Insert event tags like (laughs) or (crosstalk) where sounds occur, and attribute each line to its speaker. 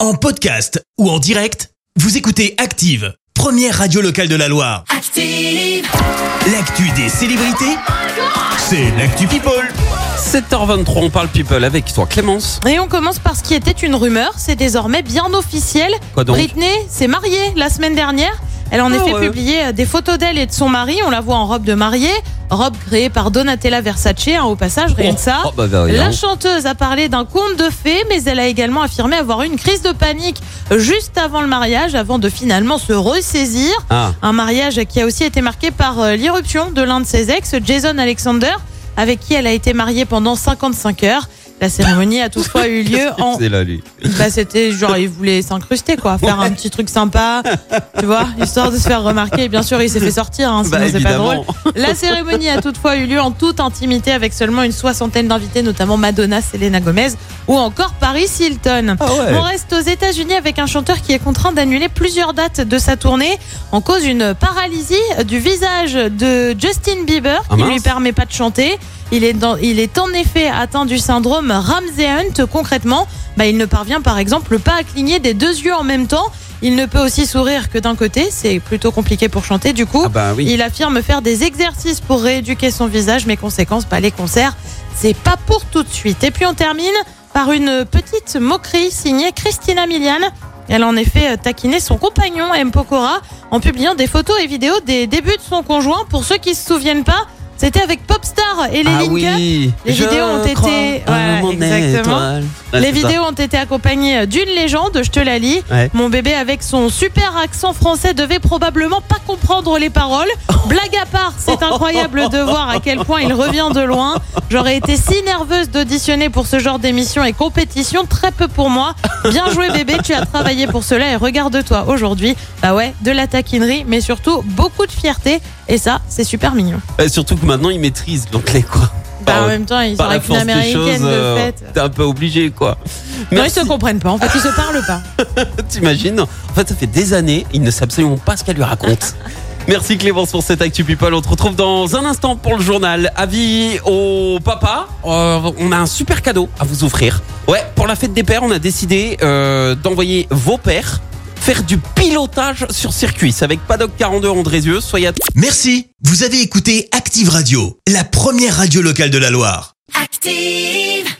Speaker 1: En podcast ou en direct, vous écoutez Active, première radio locale de la Loire.
Speaker 2: Active,
Speaker 1: L'actu des célébrités, c'est l'actu People.
Speaker 3: 7h23, on parle people avec toi, Clémence.
Speaker 4: Et on commence par ce qui était une rumeur, c'est désormais bien officiel.
Speaker 3: Quoi donc
Speaker 4: Britney s'est mariée la semaine dernière. Elle a en
Speaker 3: Ah
Speaker 4: effet
Speaker 3: ouais.
Speaker 4: publié euh, des photos d'elle et de son mari. On la voit en robe de mariée, robe créée par Donatella Versace, hein, au passage, rien que ça.
Speaker 3: Oh, bah, bah,
Speaker 4: La
Speaker 3: voyons.
Speaker 4: chanteuse a parlé d'un conte de fées, mais elle a également affirmé avoir eu une crise de panique juste avant le mariage, avant de finalement se ressaisir.
Speaker 3: Ah,
Speaker 4: Un mariage qui a aussi été marqué par euh, l'irruption de l'un de ses ex, Jason Alexander, avec qui elle a été mariée pendant 55 heures. La cérémonie a toutefois eu lieu en.
Speaker 3: c'est là, lui.
Speaker 4: Bah, c'était genre, il voulait s'incruster, quoi, faire un petit truc sympa, tu vois, histoire de se faire remarquer. Et bien sûr, il s'est fait sortir, hein, sinon
Speaker 3: Bah,
Speaker 4: c'est pas drôle.
Speaker 3: évidemment.
Speaker 4: La cérémonie a toutefois eu lieu en toute intimité avec seulement une soixantaine d'invités, notamment Madonna, Selena Gomez ou encore Paris Hilton.
Speaker 3: Ah ouais.
Speaker 4: On reste aux États-Unis avec un chanteur qui est contraint d'annuler plusieurs dates de sa tournée en cause d'une paralysie du visage de Justin Bieber
Speaker 3: Ah
Speaker 4: qui
Speaker 3: mince.
Speaker 4: lui permet pas de chanter. Il est, dans- il est en effet atteint du syndrome Ramsey Hunt. Concrètement, bah, il ne parvient par exemple pas à cligner des deux yeux en même temps. Il ne peut aussi sourire que d'un côté. C'est plutôt compliqué pour chanter du coup.
Speaker 3: Ah bah oui.
Speaker 4: Il affirme faire des exercices pour rééduquer son visage, mais conséquence, pas les concerts, c'est pas pour tout de suite. Et puis on termine par une petite moquerie signée Christina Milian. Elle a en effet euh, taquiné son compagnon M. Pokora en publiant des photos et vidéos des débuts de son conjoint. Pour ceux qui se souviennent pas, c'était avec Popstar et les
Speaker 3: ah
Speaker 4: Linkas.
Speaker 3: oui.
Speaker 4: les
Speaker 3: Je
Speaker 4: vidéos ont été-
Speaker 3: crois
Speaker 4: Voilà,
Speaker 3: à mon
Speaker 4: exactement.
Speaker 3: étoile. Ouais,
Speaker 4: Les
Speaker 3: c'est ça.
Speaker 4: vidéos ont été accompagnées d'une légende, je te la lis.
Speaker 3: Ouais.
Speaker 4: Mon bébé avec son super accent français devait probablement pas comprendre les
Speaker 3: (laughs)
Speaker 4: paroles. Blague à part, c'est incroyable de voir à quel point il revient de loin. J'aurais été si nerveuse d'auditionner pour ce genre d'émission et compétition, très peu pour moi. Bien joué bébé, tu as travaillé pour cela et regarde-toi aujourd'hui. Bah ouais, de la taquinerie, mais surtout beaucoup de fierté. Et ça, c'est super mignon.
Speaker 3: Euh, surtout que maintenant, ils maîtrisent l'anglais, quoi.
Speaker 4: Bah,
Speaker 3: Par-
Speaker 4: en même temps, ils sont
Speaker 3: Par la
Speaker 4: avec une
Speaker 3: force des
Speaker 4: américaine
Speaker 3: choses,
Speaker 4: de
Speaker 3: euh,
Speaker 4: fait.
Speaker 3: t'es un peu obligé, quoi.
Speaker 4: Non,
Speaker 3: Mais
Speaker 4: ils se comprennent pas. En fait, ils se parlent pas.
Speaker 3: (laughs) t'imagines En fait, ça fait des années, il ne sait absolument pas ce qu'elle lui raconte. Merci Clémence pour cette Actu People. On te retrouve dans un instant pour le journal. Avis au papa, euh, on a un super cadeau à vous offrir. Ouais, pour la fête des pères, on a décidé euh, d'envoyer vos pères faire du pilotage sur circuit. C'est avec Paddock 42 Andrézieux. Soyez à
Speaker 1: Merci, vous avez écouté Active Radio, la première radio locale de la Loire.
Speaker 2: active.